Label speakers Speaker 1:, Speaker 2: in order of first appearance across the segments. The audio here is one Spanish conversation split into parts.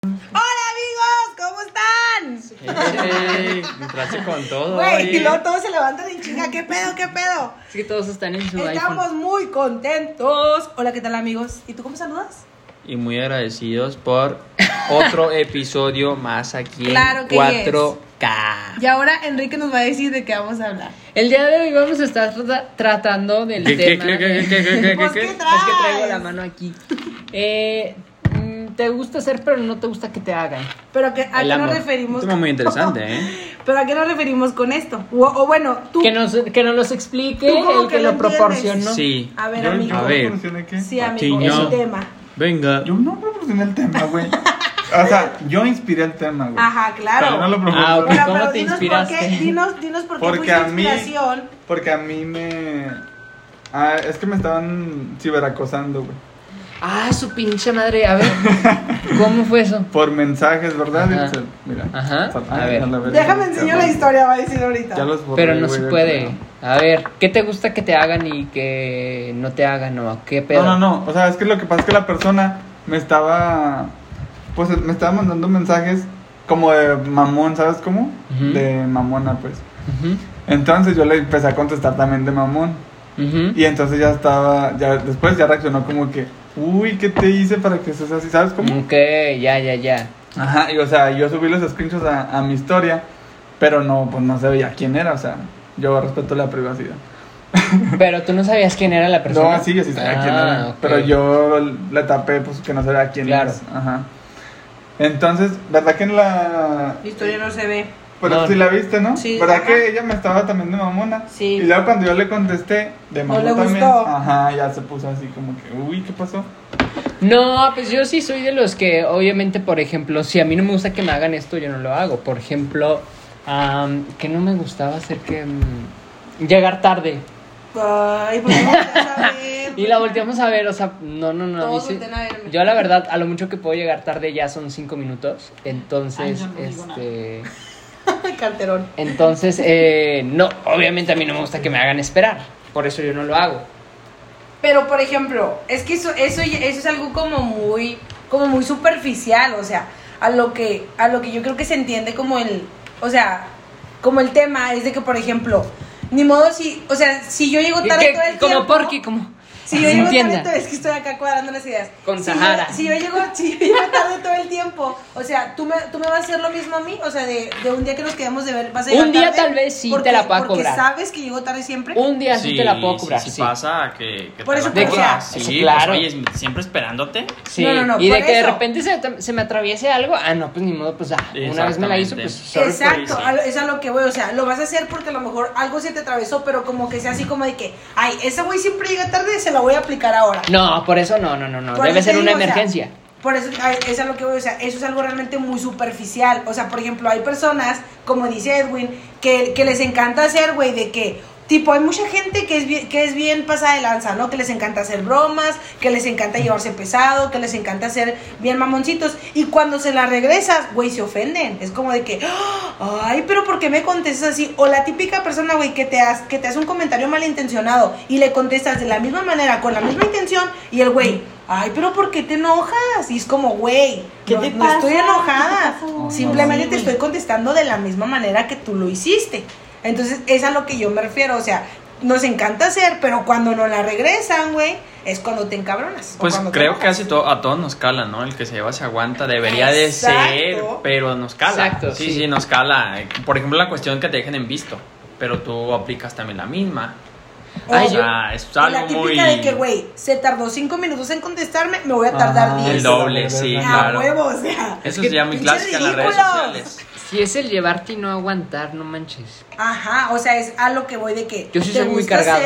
Speaker 1: Ey, entraste con todo.
Speaker 2: Güey,
Speaker 1: oye.
Speaker 2: y luego todos se levantan en chinga. ¿Qué pedo? ¿Qué pedo?
Speaker 1: Es que todos están en su iPhone.
Speaker 2: Estamos muy contentos. Hola, ¿qué tal, amigos? ¿Y tú cómo saludas?
Speaker 1: Y muy agradecidos por otro episodio más aquí
Speaker 2: Claro
Speaker 1: en
Speaker 2: que
Speaker 1: 4K.
Speaker 2: Y ahora Enrique nos va a decir de qué vamos a hablar.
Speaker 3: El día de hoy vamos a estar tra- tratando del
Speaker 1: ¿Qué, qué,
Speaker 3: tema.
Speaker 1: qué, qué, qué, qué, qué,
Speaker 2: Pues,
Speaker 1: qué?
Speaker 2: ¿qué
Speaker 3: Es que traigo
Speaker 2: traes?
Speaker 3: la mano aquí. Eh, mm, te gusta hacer, pero no te gusta que te hagan.
Speaker 2: Pero que, ¿a
Speaker 1: El
Speaker 2: qué nos
Speaker 1: amor.
Speaker 2: referimos?
Speaker 1: Un tema muy interesante, ¿eh?
Speaker 2: ¿Pero a qué nos referimos con esto? O, o bueno, tú.
Speaker 3: Que nos, que nos los explique
Speaker 2: Tú como
Speaker 3: el que,
Speaker 2: que lo
Speaker 3: lo
Speaker 2: entiendes.
Speaker 3: proporcionó.
Speaker 1: Sí.
Speaker 2: A ver,
Speaker 4: Yo-
Speaker 2: amigo.
Speaker 1: A ver.
Speaker 4: proporcioné qué?
Speaker 2: Sí, amigo,
Speaker 1: Sí,
Speaker 2: es
Speaker 1: no.
Speaker 2: un tema.
Speaker 1: Venga.
Speaker 4: Yo no proporcioné el tema, güey. O sea, yo inspiré el tema, güey.
Speaker 2: Ajá, claro.
Speaker 4: Pero no lo proporcioné.
Speaker 1: Ah, ok.
Speaker 2: Pero,
Speaker 1: ¿Cómo
Speaker 2: pero
Speaker 1: te
Speaker 2: dinos por
Speaker 1: inspiraste?
Speaker 2: qué, dinos, dinos por qué
Speaker 4: Porque
Speaker 2: fuiste
Speaker 4: a mí.
Speaker 2: inspiración.
Speaker 4: Porque a mí me. Ah, es que me estaban ciberacosando, güey.
Speaker 3: Ah, su pinche madre. A ver, ¿cómo fue eso?
Speaker 4: Por mensajes, ¿verdad?
Speaker 3: Ajá.
Speaker 4: Itzel? Mira.
Speaker 3: Ajá,
Speaker 4: Satanás,
Speaker 3: a ver.
Speaker 4: la verga.
Speaker 2: Déjame enseñar la historia, va a decir ahorita.
Speaker 4: Ya los borré,
Speaker 3: Pero no
Speaker 4: güey,
Speaker 3: se
Speaker 4: del
Speaker 3: puede.
Speaker 4: correo.
Speaker 3: A ver, ¿qué te gusta que te hagan y que no te hagan o qué pedo?
Speaker 4: No, no, no. O sea, es que lo que pasa es que la persona me estaba. Pues me estaba mandando mensajes como de mamón, ¿sabes cómo?
Speaker 3: Ujú.
Speaker 4: De mamona, pues.
Speaker 3: Ujú,
Speaker 4: Entonces yo le empecé a contestar también de mamón.
Speaker 3: ujú.
Speaker 4: Y entonces ya estaba. ya Después ya reaccionó como que. Uy, ¿qué te hice para que seas así? ¿Sabes cómo?
Speaker 3: Ok, ya, ya, ya.
Speaker 4: Ajá, y o sea, yo subí los screenshots a, a mi historia. Pero no, pues no se veía quién era, o sea. Yo respeto la privacidad.
Speaker 3: Pero tú no sabías quién era la persona.
Speaker 4: No, sí, yo sí sabía
Speaker 3: Ah,
Speaker 4: quién era.
Speaker 3: ok.
Speaker 4: Pero yo la tapé, pues que no sabía quién
Speaker 3: Claro.
Speaker 4: es. Ajá. Entonces, ¿verdad que en la.
Speaker 2: La historia no se ve.
Speaker 4: Pero
Speaker 3: No.
Speaker 4: sí la viste, ¿no?
Speaker 2: Sí,
Speaker 4: ¿Verdad
Speaker 2: ajá.
Speaker 4: que ella me estaba también de mamona?
Speaker 2: Sí.
Speaker 4: Y luego cuando yo le contesté, de
Speaker 2: No
Speaker 4: mamona
Speaker 2: le
Speaker 4: también.
Speaker 2: gustó.
Speaker 4: Ajá, ya se puso así como que, uy, ¿qué pasó?
Speaker 3: No, pues yo sí soy de los que, obviamente, por ejemplo, si a mí no me gusta que me hagan esto, yo no lo hago. Por ejemplo, am, que no me gustaba hacer que. mm, llegar tarde.
Speaker 2: Ay, pues no vas a ver.
Speaker 3: Y la volteamos a ver, o sea, no, no, no. a mí
Speaker 2: Todos
Speaker 3: sí-
Speaker 2: voltean a verme.
Speaker 3: Yo, la verdad, a lo mucho que puedo llegar tarde ya son cinco minutos. Entonces, este.
Speaker 2: Carterón.
Speaker 3: Entonces, eh, no, obviamente a mí no me gusta que me hagan esperar. Por eso yo no lo hago.
Speaker 2: Pero por ejemplo, es que eso, eso, ya- eso es algo como muy, como muy superficial, o sea, a lo que, a lo que yo creo que se entiende como el, o sea, como el tema es de que por ejemplo, ni modo si, o sea, si yo llego tarde
Speaker 3: Que-
Speaker 2: todo el
Speaker 3: como
Speaker 2: tiempo,
Speaker 3: Porky, como.
Speaker 2: si yo llego
Speaker 3: Entienda.
Speaker 2: tarde, todo- es que estoy acá cuadrando las ideas.
Speaker 3: Con
Speaker 2: si
Speaker 3: Sahara.
Speaker 2: Yo, si yo llego, si yo llego tarde todo el tiempo, o sea, tú me, tú me vas a hacer lo mismo a mí, o sea, de, de un día que nos quedemos de ver, vas a llegar
Speaker 3: Un día
Speaker 2: tarde
Speaker 3: tal vez sí te
Speaker 2: porque-
Speaker 3: la puedo
Speaker 2: porque
Speaker 3: cobrar.
Speaker 2: sabes que llego tarde siempre.
Speaker 3: Un día sí, te la puedo cobrar.
Speaker 1: Si
Speaker 3: sí.
Speaker 1: pasa que, que
Speaker 2: Por
Speaker 1: te
Speaker 2: eso,
Speaker 1: la
Speaker 2: por
Speaker 1: cobra.
Speaker 2: eso.
Speaker 1: Sí,
Speaker 3: Eso,
Speaker 1: pues,
Speaker 3: claro.
Speaker 1: oye, siempre esperándote.
Speaker 3: Sí,
Speaker 2: No, no, no,
Speaker 3: y de
Speaker 2: por
Speaker 3: que de
Speaker 2: eso.
Speaker 3: repente se, se me atraviese algo, ah, no, pues ni modo, pues ah, una vez me la hizo, pues sorry, pues,
Speaker 2: Exacto,
Speaker 1: sí.
Speaker 2: a lo- es a lo que voy, o sea, lo vas a hacer porque a lo mejor algo se te atravesó, pero como que sea así como de que, ay, ese güey siempre llega tarde, se la voy a aplicar ahora.
Speaker 3: No, por eso no, no, no, no,
Speaker 2: Por
Speaker 3: debe
Speaker 2: eso te
Speaker 3: ser una
Speaker 2: digo, o sea,
Speaker 3: emergencia.
Speaker 2: por eso a- es a lo que voy, o sea, eso es algo realmente muy superficial. O sea, por ejemplo, hay personas, como dice Edwin, que, que les encanta hacer, güey, de que, tipo, hay mucha gente que es, bien, que es bien pasada de lanza, ¿no? Que les encanta hacer bromas, que les encanta llevarse pesado, que les encanta hacer bien mamoncitos. Y cuando se la regresas, güey, se ofenden. Es como de que, ¡Ah! ay, pero ¿por qué me contestas así? O la típica persona, güey, que te, hace, que te hace un comentario malintencionado y le contestas de la misma manera, con la misma intención, y el güey, ay, pero ¿por qué te enojas? Y es como, güey,
Speaker 5: ¿Qué
Speaker 2: no,
Speaker 5: te
Speaker 2: no estoy
Speaker 5: pasa?
Speaker 2: enojada.
Speaker 5: ¿Qué te
Speaker 4: pasó?
Speaker 2: Simplemente
Speaker 5: Sí,
Speaker 2: te
Speaker 5: güey.
Speaker 2: estoy contestando de la misma manera que tú lo hiciste. Entonces, es a lo que yo me refiero. O sea, nos encanta hacer, pero cuando no la regresan, güey, es cuando te encabronas. o
Speaker 1: Pues
Speaker 2: cuando te
Speaker 1: creo
Speaker 2: enojas.
Speaker 1: que casi todo, a todos nos cala, ¿no? El que se lleva se aguanta, debería
Speaker 2: Exacto.
Speaker 1: de ser, pero nos cala.
Speaker 3: Exacto,
Speaker 1: Sí,
Speaker 3: sí.
Speaker 1: sí, nos cala. Por ejemplo, la cuestión que te dejen en visto, pero tú aplicas también la misma.
Speaker 2: O-
Speaker 3: Ay,
Speaker 1: o sea, es
Speaker 2: o
Speaker 1: algo
Speaker 2: la
Speaker 1: muy...
Speaker 2: típica de que, güey, se tardó cinco minutos en contestarme, me voy a tardar
Speaker 4: Ah,
Speaker 2: diez.
Speaker 1: El doble, sí,
Speaker 4: Ah,
Speaker 2: A
Speaker 1: claro.
Speaker 2: huevo, o sea.
Speaker 1: Eso
Speaker 3: que
Speaker 1: es ya muy
Speaker 2: pinches
Speaker 1: clásico en las redes
Speaker 2: ridículos.
Speaker 1: sociales.
Speaker 3: Si es el llevarte y no aguantar, no manches.
Speaker 2: Ajá, o sea, es a lo que voy de que.
Speaker 3: Yo sí
Speaker 2: te
Speaker 3: soy muy
Speaker 2: gusta
Speaker 3: cargado.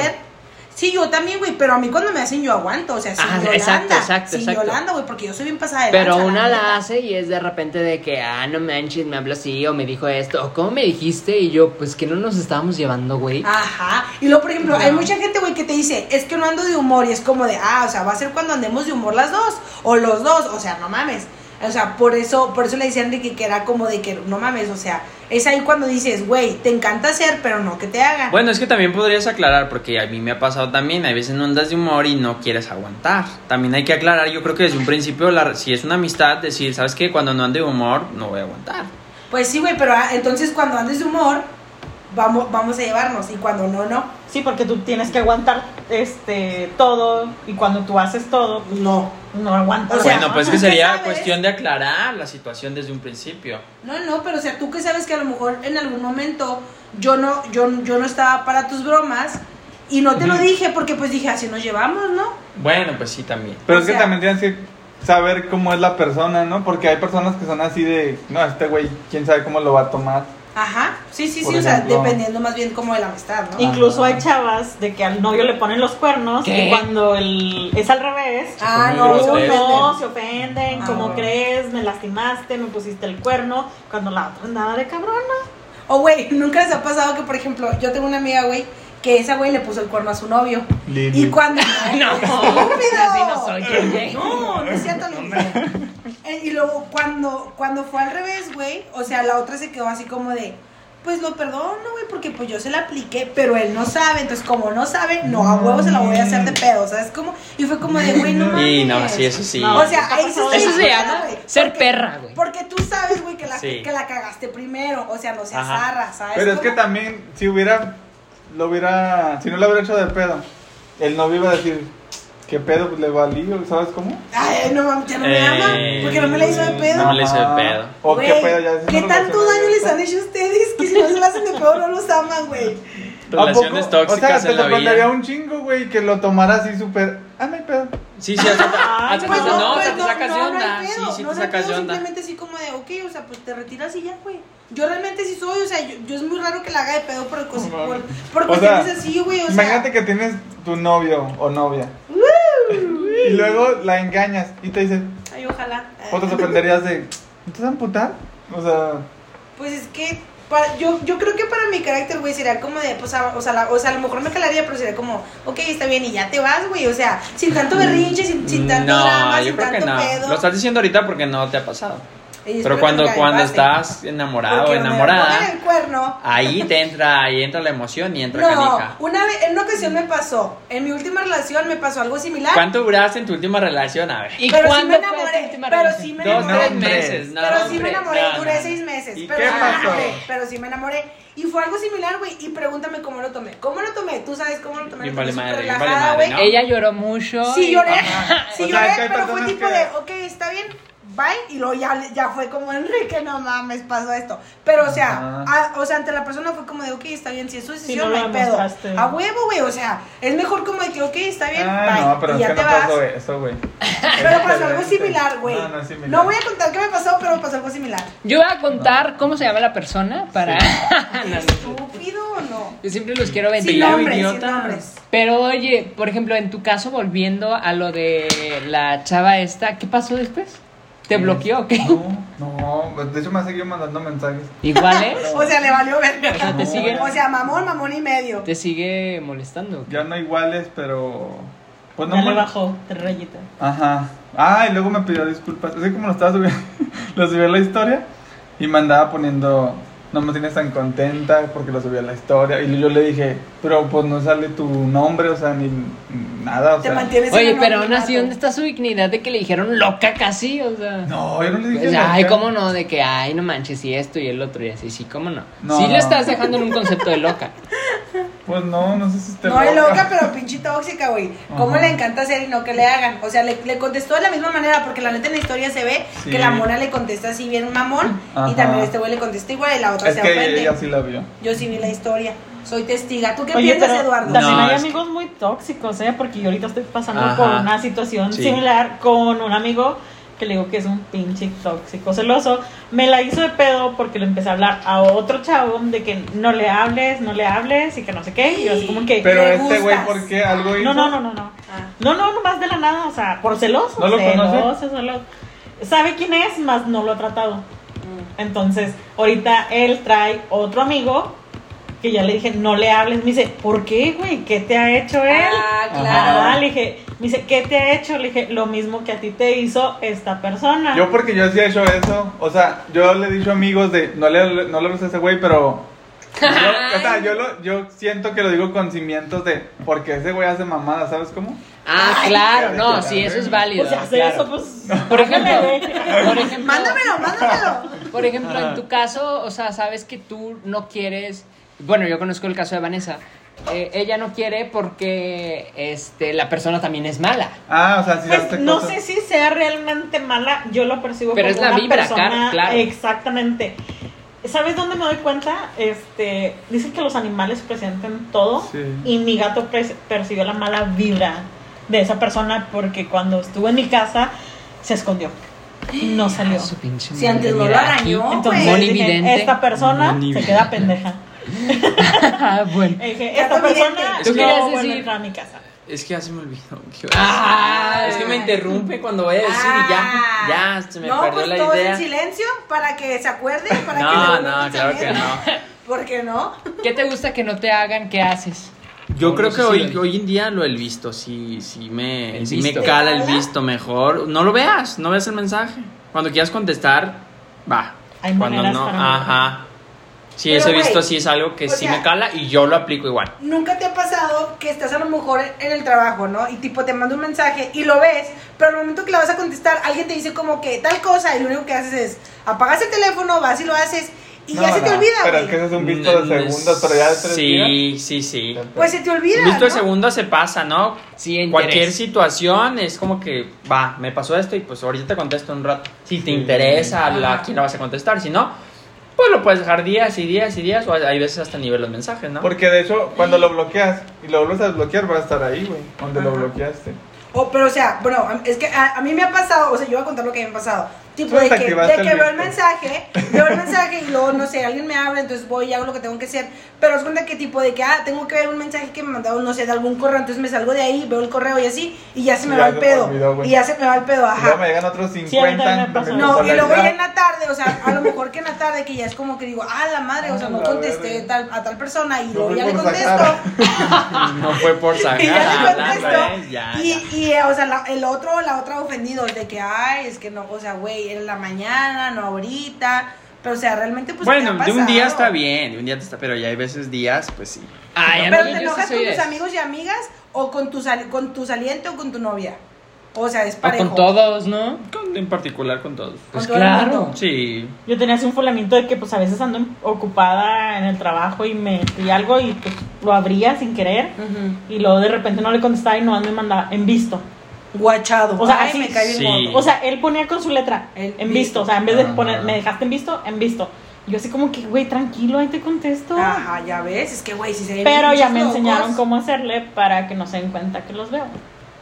Speaker 2: Sí, yo también, güey, pero a mí cuando me hacen yo aguanto, o sea, sin
Speaker 3: Ah,
Speaker 2: Yolanda.
Speaker 3: exacto, exacto,
Speaker 2: sin
Speaker 3: exacto.
Speaker 2: Yolanda, güey, porque yo soy bien pasada de
Speaker 3: Pero
Speaker 2: lanza, neta.
Speaker 3: una la hace y es de repente de que, ah, no manches, me habló así, o me dijo esto, o cómo me dijiste, y yo, pues que no nos estábamos llevando, güey.
Speaker 2: Ah, Ajá. Y luego, por ejemplo, hay mucha gente, güey, que te dice, es que no ando de humor. Y es como de, ah, o sea, va a ser cuando andemos de humor las dos. O los dos. O sea, no mames. O sea, por eso, por eso le decía a Enrique que era como de que no mames. O sea, es ahí cuando dices, güey, te encanta hacer, pero no que te hagan.
Speaker 1: Bueno, es que también podrías aclarar, porque a mí me ha pasado también, hay veces no andas de humor y no quieres aguantar. También hay que aclarar, yo creo que desde un principio, la- si es una amistad, decir, ¿sabes qué? Cuando no ando de humor, no voy a aguantar.
Speaker 2: Pues sí, güey, pero ah, entonces cuando andes de humor, vamos, vamos a llevarnos. Y cuando no, no.
Speaker 5: Sí, porque tú tienes que aguantar este todo y cuando tú haces todo, pues,
Speaker 2: No.
Speaker 5: no aguantas.
Speaker 2: O sea,
Speaker 1: bueno, pues
Speaker 2: ¿tú
Speaker 1: que
Speaker 2: qué
Speaker 1: sería
Speaker 2: sabes?
Speaker 1: cuestión de aclarar la situación desde un principio.
Speaker 2: No, no, pero o sea, tú que sabes que a lo mejor en algún momento yo no, yo, yo no estaba para tus bromas y no te lo
Speaker 1: Ujú.
Speaker 2: dije porque pues dije, así nos llevamos, ¿no?
Speaker 1: Bueno, pues sí, también.
Speaker 4: Pero
Speaker 2: O
Speaker 4: es que
Speaker 2: sea-
Speaker 4: también tienes que saber cómo es la persona, ¿no? Porque hay personas que son así de, no, este güey, quién sabe cómo lo va a tomar.
Speaker 2: Ajá, sí, sí, sí,
Speaker 4: Por
Speaker 2: o sea,
Speaker 4: ejemplo.
Speaker 2: dependiendo más bien como de la amistad, ¿no?
Speaker 5: Incluso
Speaker 1: Ah.
Speaker 5: hay chavas de que al novio le ponen los cuernos
Speaker 3: ¿Qué?
Speaker 5: y cuando el, es al revés,
Speaker 2: Ah,
Speaker 1: Muy
Speaker 2: no,
Speaker 5: Uy,
Speaker 1: grosero.
Speaker 5: no,
Speaker 2: no.
Speaker 5: se ofenden,
Speaker 2: Ah,
Speaker 5: ¿cómo
Speaker 2: bueno.
Speaker 5: crees? Me lastimaste, me pusiste el cuerno, cuando la otra andaba de cabrona.
Speaker 2: O güey, nunca les ha pasado que, por ejemplo, yo tengo una amiga, güey, que esa güey le puso el cuerno a su novio.
Speaker 4: Lili.
Speaker 2: Y cuando...
Speaker 3: No,
Speaker 2: ¡Estúpido!
Speaker 3: así no soy, Yeye.
Speaker 2: No, no es cierto, Lili. Eh, Y luego cuando, cuando fue al revés, güey, o sea, la otra se quedó así como de, pues lo perdono, güey, porque pues yo se la apliqué, pero él no sabe, entonces como no sabe, no, a huevo se la voy a hacer de pedo, ¿sabes cómo? Y fue como de, güey, no mames.
Speaker 1: Y no, sí, eso sí.
Speaker 5: No,
Speaker 2: O sea, ahí sí
Speaker 5: Eso
Speaker 2: estoy
Speaker 3: se
Speaker 2: de
Speaker 3: llama
Speaker 2: acuerdo, güey,
Speaker 3: ser perra, güey.
Speaker 2: Porque tú sabes, güey, que la,
Speaker 1: Sí.
Speaker 2: que la cagaste primero, o sea, no se
Speaker 1: Ajá.
Speaker 2: azarra, ¿sabes?
Speaker 4: Pero es que
Speaker 2: cómo?
Speaker 4: también, si hubiera, lo hubiera, si no lo hubiera hecho de pedo, el novio iba a decir, ¿qué pedo? Pues le valí, o ¿sabes cómo?
Speaker 2: Ay, no mames, ya no me
Speaker 1: Eh,
Speaker 2: ama, porque no me la hizo de pedo.
Speaker 1: No me la hizo de pedo.
Speaker 4: O Oh, qué
Speaker 2: Güey,
Speaker 4: pedo, ya es
Speaker 2: ¿Qué
Speaker 4: una
Speaker 2: tanto
Speaker 4: relación
Speaker 2: daño les
Speaker 4: abierta.
Speaker 2: han hecho a ustedes? Que si no se la hacen de pedo, no los aman, güey.
Speaker 4: ¿A poco?
Speaker 1: Relaciones tóxicas
Speaker 4: O sea, te
Speaker 1: en la
Speaker 4: sorprendería
Speaker 1: vida.
Speaker 4: un chingo, güey, que lo tomara así súper, ah, no hay pedo.
Speaker 1: Sí, sí, hasta,
Speaker 5: Ay,
Speaker 1: hasta
Speaker 5: pues
Speaker 1: te- no,
Speaker 5: no,
Speaker 1: hasta
Speaker 2: pues
Speaker 1: te sacas de
Speaker 2: no, no hay
Speaker 1: onda.
Speaker 2: pedo,
Speaker 1: sí, sí,
Speaker 2: no,
Speaker 1: te
Speaker 2: no hay
Speaker 1: sacas de
Speaker 2: pedo,
Speaker 1: onda.
Speaker 2: Simplemente así como de, ok, o sea, pues te retiras y ya, güey. Yo realmente sí soy, o sea, yo, yo es muy raro que la haga de pedo por, cosas,
Speaker 4: No
Speaker 2: por,
Speaker 4: mames.
Speaker 2: por
Speaker 4: O
Speaker 2: cuestiones
Speaker 4: sea,
Speaker 2: así, güey. O sea,
Speaker 4: Imagínate que tienes tu novio o novia. Y luego la engañas y te dice,
Speaker 2: Ay, ojalá.
Speaker 4: o te sorprenderías de, ¿no te vas a amputar? O sea,
Speaker 2: Pues es que pa- yo, yo creo que para mi carácter, güey, sería como de, pues, a, o, sea, la- o sea, a lo mejor me calaría, pero sería como, ok, está bien, y ya te vas, güey, o sea, sin tanto berrinche, sin, sin tanto
Speaker 1: Mm, no,
Speaker 2: drama,
Speaker 1: yo
Speaker 2: sin
Speaker 1: creo que
Speaker 2: tanto
Speaker 1: no.
Speaker 2: pedo.
Speaker 1: Lo estás diciendo ahorita porque no te ha pasado.
Speaker 2: Y espero
Speaker 1: Pero
Speaker 2: que
Speaker 1: cuando,
Speaker 2: nunca me
Speaker 1: cuando
Speaker 2: pase.
Speaker 1: estás enamorado o
Speaker 2: Porque me ponen
Speaker 1: enamorada,
Speaker 2: el cuerno.
Speaker 1: ahí te entra, ahí entra la emoción y entra
Speaker 2: No,
Speaker 1: canija.
Speaker 2: una vez, en una ocasión me pasó, en mi última relación me pasó algo similar.
Speaker 1: ¿Cuánto duraste en tu última relación? A ver.
Speaker 3: ¿Y
Speaker 2: pero sí me
Speaker 3: cuándo fue tu
Speaker 2: enamoré,
Speaker 3: última
Speaker 2: pero
Speaker 3: relación?
Speaker 2: sí me
Speaker 1: Dos,
Speaker 2: enamoré.
Speaker 1: tres
Speaker 4: hombre.
Speaker 1: meses. No,
Speaker 2: pero sí me
Speaker 1: hombre,
Speaker 2: enamoré,
Speaker 1: no, no.
Speaker 2: duré seis meses.
Speaker 4: ¿Y
Speaker 2: pero
Speaker 4: qué
Speaker 2: sí me
Speaker 4: pasó?
Speaker 2: enamoré, pero sí me enamoré. Y fue algo similar, güey. Y pregúntame cómo lo tomé. ¿Cómo lo tomé? Tú sabes cómo lo tomé.
Speaker 1: Bien
Speaker 2: lo tomé
Speaker 1: vale madre,
Speaker 2: súper
Speaker 1: bien vale
Speaker 2: relajada,
Speaker 1: madre,
Speaker 2: güey.
Speaker 1: ¿no?
Speaker 3: Ella lloró mucho.
Speaker 2: Sí
Speaker 3: y-
Speaker 2: lloré,
Speaker 4: O
Speaker 2: sí
Speaker 4: sea,
Speaker 2: lloré,
Speaker 4: que
Speaker 2: pero
Speaker 4: hay
Speaker 2: fue
Speaker 4: personas
Speaker 2: tipo
Speaker 4: que-
Speaker 2: de, ok, está bien, bye. Y luego ya, ya fue como, Enrique, no mames, pasó esto. Pero, o sea, a- o sea, ante la persona fue como de, ok, está bien, si es su decisión,
Speaker 5: no
Speaker 2: no
Speaker 5: lo
Speaker 2: hay pedo.
Speaker 5: demostraste.
Speaker 2: A huevo, güey, o sea, es mejor como de que, ok, está bien,
Speaker 4: ah,
Speaker 2: bye.
Speaker 4: no, pero
Speaker 2: y
Speaker 4: es
Speaker 2: ya
Speaker 4: que
Speaker 2: te
Speaker 4: no
Speaker 2: vas.
Speaker 4: pasó eso, güey. Este,
Speaker 2: Pero pasó algo similar, güey.
Speaker 4: No, no es similar.
Speaker 2: voy a contar qué me pasó, pero pasó algo similar.
Speaker 3: Yo voy a contar cómo se llama la persona para.
Speaker 2: ¿Estúpido o no?
Speaker 3: Yo siempre los quiero
Speaker 2: Sin
Speaker 3: ventilar.
Speaker 2: nombres, sin
Speaker 1: idiota.
Speaker 2: nombres.
Speaker 3: Pero oye, por ejemplo, en tu caso, volviendo a lo de la chava esta, ¿qué pasó después? ¿Te bloqueó o qué?
Speaker 4: No, no, de hecho me ha seguido mandando mensajes.
Speaker 3: Igual, ¿eh?
Speaker 2: O sea, le valió verga.
Speaker 3: O sea, te sigue-
Speaker 2: O sea, mamón, mamón y medio.
Speaker 3: Te sigue molestando.
Speaker 4: Ya no iguales, pero... Pues
Speaker 5: ya
Speaker 4: me-
Speaker 5: le bajó, te rayita.
Speaker 4: Ajá. Ah, y luego me pidió disculpas. Así como lo estaba subiendo, lo subí a la historia y me andaba poniendo, no me tienes tan contenta porque lo subí a la historia. Y yo le dije, pero pues no sale tu nombre, o sea, ni ni nada, o
Speaker 2: Te
Speaker 4: sea.
Speaker 2: mantienes en
Speaker 3: Oye,
Speaker 2: el
Speaker 3: pero aún
Speaker 2: anonimato.
Speaker 3: así, ¿dónde está su dignidad de que le dijeron loca casi? O sea.
Speaker 4: No, yo no le dije
Speaker 3: Pues,
Speaker 4: nada.
Speaker 3: ay, cómo no, de que, ay, no manches, y esto y el otro, y así, sí, cómo no.
Speaker 4: No,
Speaker 3: sí
Speaker 4: no.
Speaker 3: lo estás dejando en un concepto de loca.
Speaker 4: Pues no, no sé si te
Speaker 2: No es loca, pero pinche tóxica, güey. ¿Cómo
Speaker 4: Ajá.
Speaker 2: le encanta hacer y no que le hagan? O sea, le, le contestó de la misma manera, porque la neta en la historia se ve
Speaker 4: Sí.
Speaker 2: que la mona le contesta así bien mamón, y
Speaker 4: Ajá.
Speaker 2: también este güey le contesta igual y la otra
Speaker 4: Es
Speaker 2: se
Speaker 4: que
Speaker 2: ofende.
Speaker 4: ella sí la vio.
Speaker 2: Yo sí vi la historia, soy testiga. ¿Tú qué
Speaker 5: Oye,
Speaker 2: piensas,
Speaker 5: pero
Speaker 2: Eduardo?
Speaker 5: también
Speaker 1: No,
Speaker 5: hay
Speaker 1: es que-
Speaker 5: amigos muy tóxicos, ¿eh? Porque yo ahorita estoy pasando
Speaker 1: Ajá.
Speaker 5: por una situación
Speaker 1: Sí.
Speaker 5: similar con un amigo que le digo que es un pinche tóxico celoso. Me la hizo de pedo porque le empecé a hablar a otro chavo de que no le hables, no le hables y que no sé qué. Y yo así como que...
Speaker 4: Pero
Speaker 2: le
Speaker 4: este güey,
Speaker 2: gustas.
Speaker 4: ¿por qué? Algo hizo?
Speaker 5: no, no, no, no, no.
Speaker 2: Ah.
Speaker 5: No, no, nomás de la nada, o sea, por celoso.
Speaker 4: ¿No lo
Speaker 5: celoso,
Speaker 4: conoce?
Speaker 5: celoso. Sabe quién es, mas no lo ha tratado.
Speaker 2: mm.
Speaker 5: Entonces, ahorita él trae otro amigo que ya le dije, no le hables. Me dice, ¿por qué, güey? ¿Qué te ha hecho él?
Speaker 2: Ah, claro.
Speaker 5: Ah, le dije, me dice, ¿qué te ha hecho? Le dije, lo mismo que a ti te hizo esta persona.
Speaker 4: Yo porque yo sí he hecho eso, o sea, yo le he dicho a amigos de, no le, no le hables a ese güey, pero... yo- o sea, yo, lo, yo siento que lo digo con cimientos de, porque ese güey hace mamada, ¿sabes cómo?
Speaker 3: Ah, claro, no, sí, eso es válido.
Speaker 5: pues si hace
Speaker 3: claro.
Speaker 5: eso, pues.
Speaker 3: Por ejemplo,
Speaker 5: ándale, güey.
Speaker 3: por ejemplo,
Speaker 2: Mándamelo, mándamelo.
Speaker 3: Por ejemplo, en tu caso, o sea, sabes que tú no quieres. Bueno, yo conozco el caso de Vanessa. Eh, ella no quiere porque este, la persona también es mala.
Speaker 4: Ah, o sea, si
Speaker 5: Pues
Speaker 4: hace
Speaker 5: no
Speaker 4: cosas-
Speaker 5: sé si sea realmente mala, yo lo percibo
Speaker 3: Pero
Speaker 5: como
Speaker 3: es la
Speaker 5: una
Speaker 3: vibra,
Speaker 5: persona-
Speaker 3: Car, claro.
Speaker 5: Exactamente. ¿Sabes dónde me doy cuenta? Este, dicen que los animales presienten todo
Speaker 4: Sí.
Speaker 5: y mi gato pres- percibió la mala vibra de esa persona porque cuando estuvo en mi casa se escondió y no salió.
Speaker 3: Su pinche
Speaker 2: Si
Speaker 3: madre,
Speaker 2: antes no lo
Speaker 3: mira,
Speaker 2: arañó,
Speaker 3: aquí,
Speaker 5: Entonces
Speaker 3: Moni
Speaker 5: dije,
Speaker 3: vidente.
Speaker 5: esta persona
Speaker 1: Moni
Speaker 5: se
Speaker 1: vidente.
Speaker 5: queda pendeja.
Speaker 3: Ah, bueno.
Speaker 5: Dije,
Speaker 2: Ya
Speaker 5: esta
Speaker 2: está vidente.
Speaker 5: persona
Speaker 1: ¿Tú
Speaker 5: no
Speaker 3: querías
Speaker 5: vuelve a
Speaker 3: decir?
Speaker 5: entrar a mi casa.
Speaker 1: Es que ya se me olvidó. que iba a
Speaker 3: Ah.
Speaker 1: decir. es que me interrumpe cuando vaya a decir y Eh, ya, ya se me
Speaker 2: Ah. no,
Speaker 1: perdió
Speaker 2: pues
Speaker 1: la
Speaker 2: todos
Speaker 1: idea.
Speaker 2: en silencio para que se acuerde, para que
Speaker 1: No,
Speaker 2: le
Speaker 1: no,
Speaker 2: vuelva
Speaker 1: claro que
Speaker 2: pensamiento.
Speaker 1: no.
Speaker 2: ¿Por qué no?
Speaker 3: ¿Qué te gusta que no te hagan? ¿Qué haces?
Speaker 1: Yo
Speaker 3: No,
Speaker 1: creo
Speaker 3: no
Speaker 1: que
Speaker 3: sé si
Speaker 1: hoy,
Speaker 3: lo-
Speaker 1: hoy en día lo del visto, sí, sí me,
Speaker 3: El
Speaker 1: sí me
Speaker 3: visto.
Speaker 1: cala el visto mejor. No lo veas, no veas el mensaje. Cuando quieras contestar, va.
Speaker 5: Hay
Speaker 1: Cuando
Speaker 5: maneras
Speaker 1: no,
Speaker 5: para mí.
Speaker 1: ajá. Sí,
Speaker 2: Pero,
Speaker 1: ese
Speaker 2: güey,
Speaker 1: visto sí es algo que
Speaker 2: o
Speaker 1: sí
Speaker 2: sea-
Speaker 1: me cala y yo lo aplico igual.
Speaker 2: ¿Nunca te ha pasado que estás a lo mejor en el trabajo, ¿no? Y tipo te manda un mensaje y lo ves, pero al momento que le vas a contestar, alguien te dice como que tal cosa y lo único que haces es apagas el teléfono, vas y lo haces y ya
Speaker 4: No,
Speaker 2: se te
Speaker 4: no,
Speaker 2: olvida,
Speaker 4: Pero
Speaker 2: güey.
Speaker 4: es que ese es un visto de segundos, pero ya de tres
Speaker 1: Mm,
Speaker 4: días.
Speaker 1: Sí, sí, sí.
Speaker 2: Pues se te olvida,
Speaker 1: Un visto de
Speaker 2: ¿no?
Speaker 1: segundo se pasa, ¿no?
Speaker 3: Sí, interés.
Speaker 1: Cualquier situación es como que, va, me pasó esto y pues ahorita te contesto un rato. Si te
Speaker 4: Sí.
Speaker 1: interesa la, a quién la vas a contestar, si no, pues lo puedes dejar días y días y días, o hay veces hasta ni ver los mensajes, ¿no?
Speaker 4: Porque de hecho, cuando lo bloqueas y lo vuelves a desbloquear, va a estar ahí, güey, donde lo
Speaker 2: Ajá.
Speaker 4: bloqueaste.
Speaker 2: O, pero, o sea, bueno, a- es que a, a mí me ha pasado, o sea, yo voy a contar lo que me ha pasado. Tipo,
Speaker 4: Tú
Speaker 2: de que,
Speaker 4: desactivaste
Speaker 2: de que
Speaker 4: el
Speaker 2: veo el
Speaker 4: visto.
Speaker 2: mensaje, veo el mensaje y luego, no sé, alguien me habla, entonces voy y hago lo que tengo que hacer. Pero es cuenta que, tipo, de que, ah, tengo que ver un mensaje que me mandaron, no sé, de algún correo, entonces me salgo de ahí, veo el correo y así, y ya se me
Speaker 4: Ya
Speaker 2: va
Speaker 4: se
Speaker 2: el
Speaker 4: me
Speaker 2: pedo.
Speaker 4: olvidó, güey.
Speaker 2: y ya se me va el pedo,
Speaker 4: Y luego me
Speaker 2: ajá.
Speaker 4: llegan otros
Speaker 5: Sí, a mí también
Speaker 4: 50.
Speaker 5: me pasa.
Speaker 4: de mi
Speaker 2: No, y luego ya
Speaker 4: personalidad.
Speaker 2: en la tarde, o sea, a lo mejor que en la tarde, que ya es como que digo, ah, la madre, o sea, no
Speaker 4: Ah, la
Speaker 2: contesté
Speaker 4: verga.
Speaker 2: tal, a tal persona y
Speaker 4: No
Speaker 2: luego
Speaker 4: fue
Speaker 2: ya le
Speaker 4: por
Speaker 2: contesto.
Speaker 4: sacar.
Speaker 1: Ah, No fue por sacar.
Speaker 2: Y ya le
Speaker 1: la- la-
Speaker 2: contesto.
Speaker 1: ya,
Speaker 2: y,
Speaker 1: ya.
Speaker 2: y, eh, o sea, la- el otro, la otra ofendido, de que, ay, es que no, o sea, güey, en la mañana, no ahorita. Pero, o sea, realmente, pues.
Speaker 1: bueno,
Speaker 2: ¿qué ha
Speaker 1: de un día
Speaker 2: pasado?
Speaker 1: está bien, de un día está, pero ya hay veces días, pues sí.
Speaker 3: Ay,
Speaker 2: Pero te
Speaker 3: amigo, Ah, yo sí
Speaker 2: enojas
Speaker 3: soy
Speaker 2: con
Speaker 3: de
Speaker 2: tus
Speaker 3: esos.
Speaker 2: amigos y amigas o con tu, sal- con tu saliente o con tu novia. O sea, es
Speaker 3: O
Speaker 2: parejo.
Speaker 3: con todos, ¿no?
Speaker 1: Con- en particular con todos.
Speaker 3: Pues
Speaker 2: todo el
Speaker 3: claro.
Speaker 2: mundo.
Speaker 1: Sí.
Speaker 5: Yo tenía así un fulanito de que pues a veces ando en- ocupada en el trabajo y me y algo y pues lo abría sin querer
Speaker 2: Ujú.
Speaker 5: y luego de repente no le contestaba y no me mandaba en visto.
Speaker 2: Guachado.
Speaker 5: O sea,
Speaker 2: Ay,
Speaker 5: así,
Speaker 2: me cae bien
Speaker 1: sí.
Speaker 2: gordo.
Speaker 5: O sea, él ponía con su letra
Speaker 2: El visto.
Speaker 5: en visto, o sea, en vez de
Speaker 1: Ah.
Speaker 5: poner me dejaste en visto, en visto. Y Yo así como que, güey, tranquilo, ahí te contesto.
Speaker 2: Ajá, ya ves, es que, güey, si se ven
Speaker 5: Pero ya
Speaker 2: pinches
Speaker 5: me
Speaker 2: locos.
Speaker 5: enseñaron cómo hacerle para que no se den cuenta que los veo.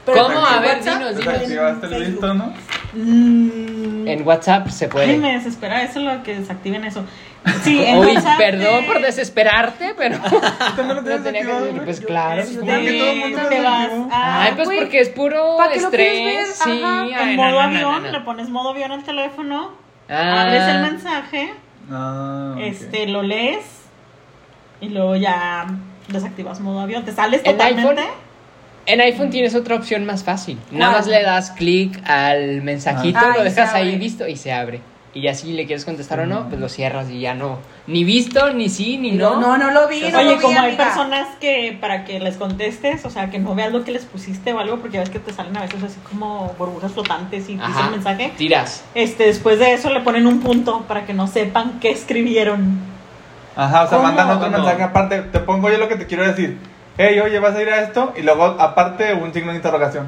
Speaker 2: Pero
Speaker 3: ¿Cómo?
Speaker 2: en
Speaker 3: A ver,
Speaker 2: WhatsApp,
Speaker 3: dinos, dinos.
Speaker 4: Desactivaste el
Speaker 2: Facebook.
Speaker 4: visto, ¿no?
Speaker 5: Mm.
Speaker 3: En WhatsApp se
Speaker 5: Ay,
Speaker 3: puede.
Speaker 5: me desespera eso lo que desactiven eso. Sí, en
Speaker 3: Uy,
Speaker 5: WhatsApp,
Speaker 3: perdón
Speaker 5: eh,
Speaker 3: por desesperarte, pero.
Speaker 4: Tú no lo tienes
Speaker 3: tenía que
Speaker 4: activado,
Speaker 3: decir,
Speaker 4: güey.
Speaker 3: pues claro.
Speaker 2: Sí,
Speaker 3: pues,
Speaker 5: te-
Speaker 4: ¿Cómo que todo el mundo
Speaker 5: te
Speaker 4: lo
Speaker 5: vas?
Speaker 4: activó?
Speaker 5: Ah,
Speaker 3: Ay, pues
Speaker 5: güey,
Speaker 3: porque es puro
Speaker 5: ¿Para que lo quieres
Speaker 3: estrés.
Speaker 5: ver?
Speaker 3: Sí,
Speaker 5: Ajá,
Speaker 3: ay,
Speaker 5: en
Speaker 3: no,
Speaker 5: modo
Speaker 3: no, no,
Speaker 5: avión,
Speaker 3: no, no.
Speaker 5: le pones modo avión al teléfono,
Speaker 3: Ah.
Speaker 5: abres el mensaje,
Speaker 4: Ah, ok.
Speaker 5: este, lo lees y luego ya desactivas modo avión. Te sales
Speaker 3: ¿El
Speaker 5: totalmente.
Speaker 3: iPhone? En iPhone tienes otra opción más fácil. Nada
Speaker 2: ¿Cuál?
Speaker 3: más le das clic al mensajito,
Speaker 2: Ah,
Speaker 3: lo
Speaker 2: y se
Speaker 3: dejas ahí
Speaker 2: abre. Mm.
Speaker 3: visto y se abre. Y ya si le quieres contestar o no, pues lo cierras y ya no. Ni visto, ni sí, ni no.
Speaker 2: No, no, no lo vi, no lo
Speaker 5: Oye,
Speaker 2: vi,
Speaker 5: como hay
Speaker 2: amiga.
Speaker 5: personas que para que les contestes, o sea, que no veas lo que les pusiste o algo, porque ya ves que te salen a veces así como burbujas flotantes y te dicen
Speaker 3: Ajá.
Speaker 5: mensaje.
Speaker 3: Tiras.
Speaker 5: Este, después de eso le ponen un punto para que no sepan qué escribieron.
Speaker 4: Ajá, o sea,
Speaker 1: ¿Cómo?
Speaker 4: mandan otro
Speaker 1: ¿Cómo?
Speaker 4: mensaje aparte. Te pongo yo lo que te quiero decir. Hey, oye, vas a ir a esto. Y luego, aparte, un signo de interrogación.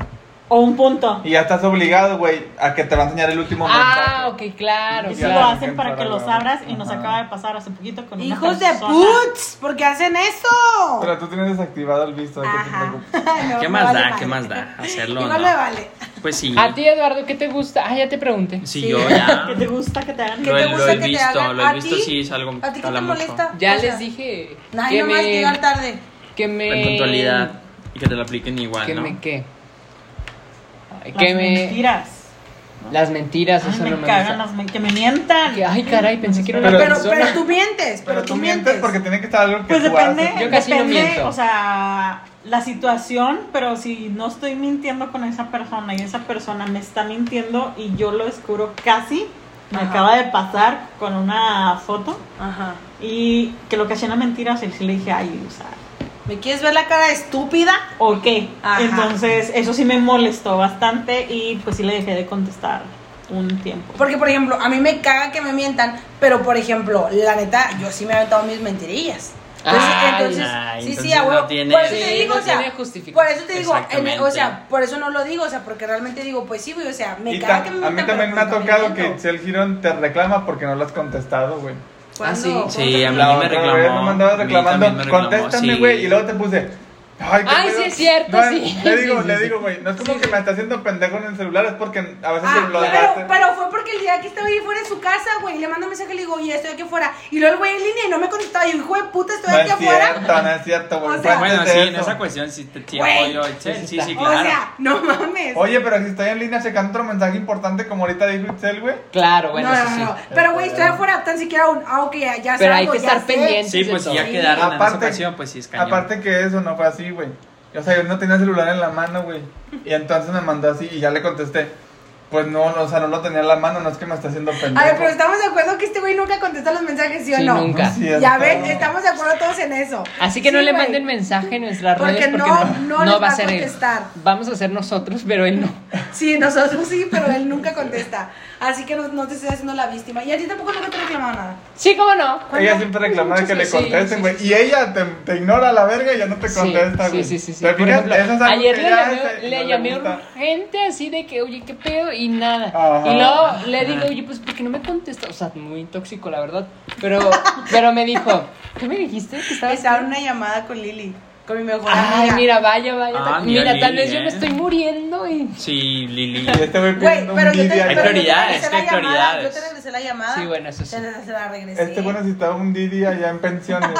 Speaker 5: O un punto.
Speaker 4: Y ya estás obligado, güey, a que te va a enseñar el último
Speaker 3: Ah,
Speaker 4: mensaje.
Speaker 3: ok, claro.
Speaker 5: Eso
Speaker 4: Ya,
Speaker 5: lo
Speaker 3: claro.
Speaker 5: hacen para que los abras y nos
Speaker 4: Ajá.
Speaker 5: acaba de pasar hace poquito con una
Speaker 2: Hijos de
Speaker 5: persona.
Speaker 2: putz, ¿por qué hacen eso?
Speaker 4: Pero tú tienes desactivado el visto. ¿de qué te
Speaker 2: Ajá.
Speaker 4: preocupas?
Speaker 2: No,
Speaker 1: ¿Qué
Speaker 2: me
Speaker 1: más
Speaker 2: vale
Speaker 1: da?
Speaker 2: madre.
Speaker 1: ¿Qué más da? Hacerlo.
Speaker 2: Igual
Speaker 1: ¿no?
Speaker 2: me vale.
Speaker 1: Pues sí.
Speaker 3: A ti, Eduardo, ¿qué te gusta? Ah, ya te pregunté.
Speaker 1: Sí,
Speaker 2: Sí.
Speaker 1: yo ya.
Speaker 5: ¿Qué te gusta que te hagan?
Speaker 2: ¿Qué
Speaker 1: lo,
Speaker 2: te
Speaker 1: he-
Speaker 2: gusta
Speaker 1: lo he
Speaker 2: que te
Speaker 1: visto,
Speaker 2: hagan?
Speaker 1: lo
Speaker 2: ¿A
Speaker 1: he visto,
Speaker 2: ti?
Speaker 1: sí, es algo que
Speaker 2: ¿A ti qué
Speaker 1: cala
Speaker 2: te
Speaker 1: mucho.
Speaker 2: molesta?
Speaker 3: Ya
Speaker 2: O sea,
Speaker 3: les dije
Speaker 2: Ay,
Speaker 3: que
Speaker 2: nomás
Speaker 3: me-
Speaker 2: llegar tarde.
Speaker 3: que me...
Speaker 1: En puntualidad y que te lo apliquen igual,
Speaker 3: Que
Speaker 1: ¿no?
Speaker 3: me qué. Ay,
Speaker 5: Las
Speaker 3: que me...
Speaker 5: mentiras.
Speaker 3: Las mentiras,
Speaker 5: Ay,
Speaker 3: eso
Speaker 5: me
Speaker 3: no me
Speaker 5: cagan
Speaker 3: gusta.
Speaker 5: las men- que me mientan.
Speaker 3: Que, ay, caray, pensé que era una
Speaker 4: Pero-
Speaker 2: Pero,
Speaker 3: persona.
Speaker 2: pero tú mientes, pero, tú mientes.
Speaker 4: porque tiene que estar algo que
Speaker 5: Pues
Speaker 4: tú
Speaker 5: depende,
Speaker 4: haces.
Speaker 3: Yo casi no
Speaker 5: depende,
Speaker 3: miento.
Speaker 5: o sea, la situación, pero si no estoy mintiendo con esa persona y esa persona me está mintiendo y yo lo descubro casi, me
Speaker 2: Ajá.
Speaker 5: acaba de pasar con una foto
Speaker 2: Ajá.
Speaker 5: y que lo que hacía una mentira, o sea, sí le dije, ay, o sea,
Speaker 2: ¿Me quieres ver la cara de estúpida?
Speaker 5: ok.
Speaker 2: Ajá.
Speaker 5: Entonces, eso sí me molestó bastante y pues sí le dejé de contestar un tiempo.
Speaker 2: Porque, por ejemplo, a mí me caga que me mientan, pero, por ejemplo, la neta, yo sí me he aventado mis mentirillas. Entonces,
Speaker 1: Ay,
Speaker 2: entonces,
Speaker 1: ay,
Speaker 2: sí, sí,
Speaker 1: entonces
Speaker 2: a
Speaker 1: no
Speaker 2: huevo.
Speaker 1: tiene-
Speaker 2: por eso te
Speaker 1: Sí,
Speaker 2: digo,
Speaker 3: no
Speaker 2: o sea,
Speaker 3: tiene justificación.
Speaker 2: por eso te digo, en- o sea,
Speaker 1: Exactamente.
Speaker 2: por eso no lo digo, o sea, porque realmente digo, pues sí, güey, o sea, me
Speaker 4: Y
Speaker 2: caga
Speaker 4: ta-
Speaker 2: que me mientan.
Speaker 4: a mí también me ha tocado que si el girón te reclama porque no lo has contestado, güey.
Speaker 2: Ah,
Speaker 3: Ah, sí.
Speaker 1: Sí, a mí
Speaker 4: La
Speaker 1: me
Speaker 4: otra
Speaker 1: reclamó.
Speaker 4: vez me andaba
Speaker 1: a mí también me
Speaker 4: reclamando,
Speaker 1: reclamó,
Speaker 4: contéstame,
Speaker 1: sí.
Speaker 4: güey, y luego te puse. Ay, qué
Speaker 3: Ay,
Speaker 4: pedo".
Speaker 3: sí es cierto,
Speaker 4: No,
Speaker 3: sí.
Speaker 4: Le digo,
Speaker 3: Sí, sí,
Speaker 4: le
Speaker 3: sí.
Speaker 4: digo, güey, no es como que me está haciendo pendejo en el celular, es porque a veces
Speaker 2: Ah,
Speaker 4: te lo
Speaker 2: pero,
Speaker 4: dejaste.
Speaker 2: pero fue porque el día que estaba ahí fuera de su casa, güey, y le mando un mensaje y le digo, oye, estoy aquí afuera. Y luego el güey en línea y no me contestaba, y yo, hijo de puta, estoy
Speaker 4: No
Speaker 2: aquí
Speaker 4: es
Speaker 2: afuera.
Speaker 4: cierto, no es cierto, güey.
Speaker 2: O sea-
Speaker 1: Bueno,
Speaker 4: Fuentes
Speaker 1: sí,
Speaker 4: de
Speaker 1: en
Speaker 4: eso.
Speaker 1: esa cuestión sí te sí
Speaker 2: Güey.
Speaker 1: apoyo. Sí, sí, sí,
Speaker 2: O
Speaker 1: claro.
Speaker 2: sea, no mames.
Speaker 4: Oye, pero si estoy en línea checando otro mensaje importante, como ahorita dijo Itzel, güey.
Speaker 3: Claro, bueno,
Speaker 2: no,
Speaker 3: eso
Speaker 2: no, no,
Speaker 3: sí.
Speaker 2: no. Pero, güey, estoy
Speaker 4: Este,
Speaker 2: afuera, tan siquiera un. Ah, ok, ya, ya
Speaker 3: Pero hay
Speaker 2: salgo,
Speaker 3: que
Speaker 2: ya
Speaker 3: estar
Speaker 2: sé.
Speaker 3: pendiente.
Speaker 1: sí, pues
Speaker 3: de
Speaker 1: ya
Speaker 3: todo.
Speaker 1: quedaron en esa
Speaker 4: Aparte-
Speaker 1: ocasión, pues sí es cañón.
Speaker 4: Aparte que eso no fue así, güey. O sea, yo no tenía celular en la mano, güey. Y entonces me mandó así y ya le contesté. Pues no, no, o sea, no lo tenía en la mano, no es que me está haciendo pendejo.
Speaker 2: A ver, pero estamos de acuerdo que este güey nunca contesta los mensajes, ¿sí o
Speaker 3: Sí,
Speaker 2: no?
Speaker 3: nunca.
Speaker 4: Sí, es
Speaker 2: Ya ven,
Speaker 4: todo.
Speaker 2: estamos de acuerdo todos en eso.
Speaker 3: Así que no
Speaker 2: Sí,
Speaker 3: le
Speaker 2: güey.
Speaker 3: manden mensaje en nuestras
Speaker 2: Porque
Speaker 3: redes porque
Speaker 2: no-
Speaker 3: no,
Speaker 2: no les
Speaker 3: va
Speaker 2: va a
Speaker 3: a ser él.
Speaker 2: contestar.
Speaker 3: Vamos a ser nosotros, pero él no.
Speaker 2: Sí, nosotros sí, pero él nunca contesta. Así que no, no te estés haciendo la víctima. Y a ti tampoco nunca te he reclamado nada.
Speaker 3: Sí, cómo no.
Speaker 4: Ella siempre reclama de que le
Speaker 3: Sí, sí,
Speaker 4: contesten,
Speaker 3: sí,
Speaker 4: güey.
Speaker 3: sí,
Speaker 4: Y ella te, te ignora a la verga y ya no te
Speaker 3: Sí,
Speaker 4: contesta,
Speaker 3: sí,
Speaker 4: güey.
Speaker 3: sí, sí, sí.
Speaker 4: ¿Te
Speaker 3: Por
Speaker 4: fijas?
Speaker 3: ejemplo,
Speaker 4: Eso es algo
Speaker 3: ayer
Speaker 4: que
Speaker 3: le
Speaker 4: ya
Speaker 3: llamé,
Speaker 4: hace y
Speaker 3: le
Speaker 4: no
Speaker 3: llamé
Speaker 4: gusta.
Speaker 3: urgente así de que, oye, qué pedo, y nada.
Speaker 4: Ajá.
Speaker 3: Y luego le digo, oye, pues, ¿por qué no me contestas? O sea, muy tóxico, la verdad. Pero, pero me dijo, ¿qué me dijiste? Que estabas-
Speaker 2: Estaba en una llamada con Lili, con mi mejor
Speaker 3: Ay,
Speaker 2: amiga.
Speaker 3: mira, vaya, vaya.
Speaker 1: Ah,
Speaker 3: tal-
Speaker 1: mira,
Speaker 3: mira, tal
Speaker 1: Lili,
Speaker 3: vez yo
Speaker 1: eh.
Speaker 3: me estoy muriendo y...
Speaker 1: Sí, Lili.
Speaker 4: Y este
Speaker 2: Güey,
Speaker 4: güey pidiendo un
Speaker 2: pero yo te,
Speaker 4: Didi.
Speaker 2: pero yo te
Speaker 4: ayer.
Speaker 1: prioridades,
Speaker 2: regresé
Speaker 1: que hay
Speaker 2: la llamada,
Speaker 1: prioridades.
Speaker 2: Yo te regresé la llamada.
Speaker 3: Sí, bueno, eso sí.
Speaker 2: Ah, Te la- Se la regresé.
Speaker 4: Este güey necesitaba un Didi allá en pensiones.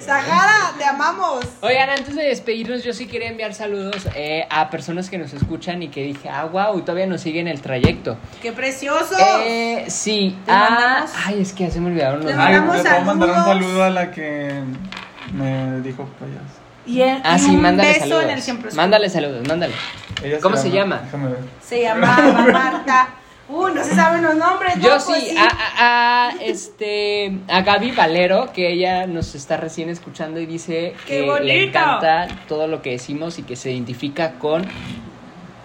Speaker 2: Sahara, te amamos.
Speaker 3: Oigan, antes de despedirnos, yo sí quería enviar saludos eh, a personas que nos escuchan y que dije, ah, wow, todavía nos siguen el trayecto.
Speaker 2: ¡Qué precioso!
Speaker 3: Eh, sí,
Speaker 2: ¿Te
Speaker 3: ah,
Speaker 2: mandamos?
Speaker 3: ay, es que ya se me olvidaron los
Speaker 2: Te
Speaker 4: Ay,
Speaker 3: nombres.
Speaker 2: mandamos
Speaker 4: le puedo mandar un
Speaker 2: saludos.
Speaker 4: saludo a la que me dijo pues, payaso.
Speaker 2: y el,
Speaker 3: Ah, sí,
Speaker 2: y un
Speaker 3: mándale
Speaker 2: beso
Speaker 3: saludos.
Speaker 2: en el siempre oscuro.
Speaker 3: Mándale saludos, mándale.
Speaker 4: Ella
Speaker 3: ¿Cómo se llama?
Speaker 4: Déjame ver.
Speaker 2: Se llamaba Marta. Uy, no se saben los nombres.
Speaker 3: Yo
Speaker 2: no, pues
Speaker 3: sí, ah. a, a- a, este, a Gaby Valero, que ella nos está recién escuchando y dice
Speaker 2: ¡Qué
Speaker 3: que
Speaker 2: bonito!
Speaker 3: le encanta todo lo que decimos y que se identifica con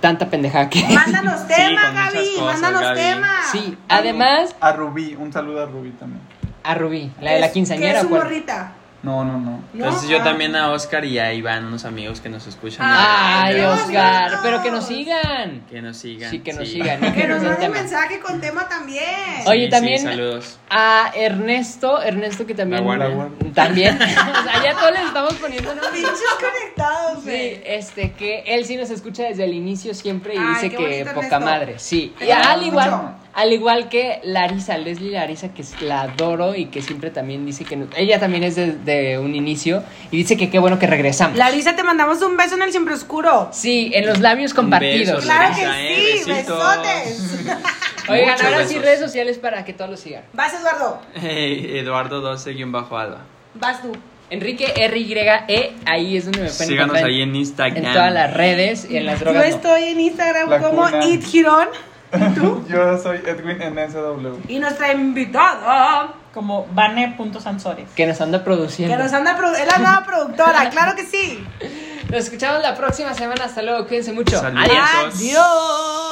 Speaker 3: tanta pendejada que...
Speaker 2: Mándanos temas,
Speaker 1: con muchas
Speaker 2: Gaby.
Speaker 1: cosas,
Speaker 2: mándanos
Speaker 1: Gaby.
Speaker 2: temas.
Speaker 3: Sí, además,
Speaker 4: A Rubí, un saludo a Rubí también.
Speaker 3: a Rubí, la de la
Speaker 2: Que
Speaker 3: quinceañera.
Speaker 2: es su
Speaker 3: ¿cuál?
Speaker 2: morrita.
Speaker 4: No, no, no.
Speaker 2: ¿no?
Speaker 1: Entonces yo
Speaker 2: Ah.
Speaker 1: también a Oscar y a Iván, unos amigos que nos escuchan.
Speaker 3: Ay,
Speaker 1: Que nos
Speaker 3: Oscar,
Speaker 2: Dios.
Speaker 3: pero que nos sigan.
Speaker 1: sigan, Que nos sigan.
Speaker 3: Sí, que nos sigan. y
Speaker 2: Que nos
Speaker 3: den
Speaker 2: mande
Speaker 3: tema.
Speaker 2: mensaje con tema también.
Speaker 3: Oye,
Speaker 1: Sí, sí,
Speaker 3: también-
Speaker 1: saludos.
Speaker 3: A Ernesto, Ernesto que también.
Speaker 1: La guarda.
Speaker 4: La guarda.
Speaker 3: También. o sea, ya todos le estamos poniendo nombres.
Speaker 2: Pinches conectados,
Speaker 3: Sí,
Speaker 2: güey.
Speaker 3: este, que él sí nos escucha desde el inicio siempre y
Speaker 2: Ay,
Speaker 3: dice
Speaker 2: qué
Speaker 3: que
Speaker 2: bonito,
Speaker 3: poca
Speaker 2: Ernesto.
Speaker 3: madre. Sí.
Speaker 2: Te
Speaker 3: Y al
Speaker 2: queremos
Speaker 3: igual,
Speaker 4: mucho.
Speaker 3: al igual que Larisa, Leslie Larisa, que es- la adoro y que siempre también dice que. no- ella también es desde un inicio y dice que qué bueno que regresamos.
Speaker 2: Larisa, te mandamos un beso en el siempre oscuro.
Speaker 3: Sí, en los labios
Speaker 1: Un beso,
Speaker 3: compartidos.
Speaker 2: Claro que
Speaker 1: Larisa, eh,
Speaker 2: sí,
Speaker 1: besitos.
Speaker 2: besotes.
Speaker 3: Oigan,
Speaker 1: Muchos
Speaker 3: ahora sí
Speaker 1: besos.
Speaker 3: redes sociales para que todos los sigan.
Speaker 2: Vas, Eduardo.
Speaker 1: Eh, Eduardo 12-Alba.
Speaker 2: Vas tú.
Speaker 3: Enrique RYE, ahí es donde me pueden
Speaker 1: Síganos
Speaker 3: encontrar
Speaker 1: ahí en Instagram.
Speaker 3: en todas las redes y en las
Speaker 2: Yo
Speaker 3: drogas. no.
Speaker 2: estoy en Instagram
Speaker 4: La
Speaker 2: como
Speaker 4: cuna.
Speaker 2: It Girón. ¿Y tú?
Speaker 4: Yo soy Edwin NSW.
Speaker 2: Y nuestra invitada,
Speaker 5: Como Vane.Sansores.
Speaker 3: Que nos anda produciendo.
Speaker 2: que nos anda, produ- es la nueva productora, claro que sí.
Speaker 3: Nos escuchamos la próxima semana. Hasta luego, cuídense mucho.
Speaker 1: Saludos.
Speaker 3: Adiós.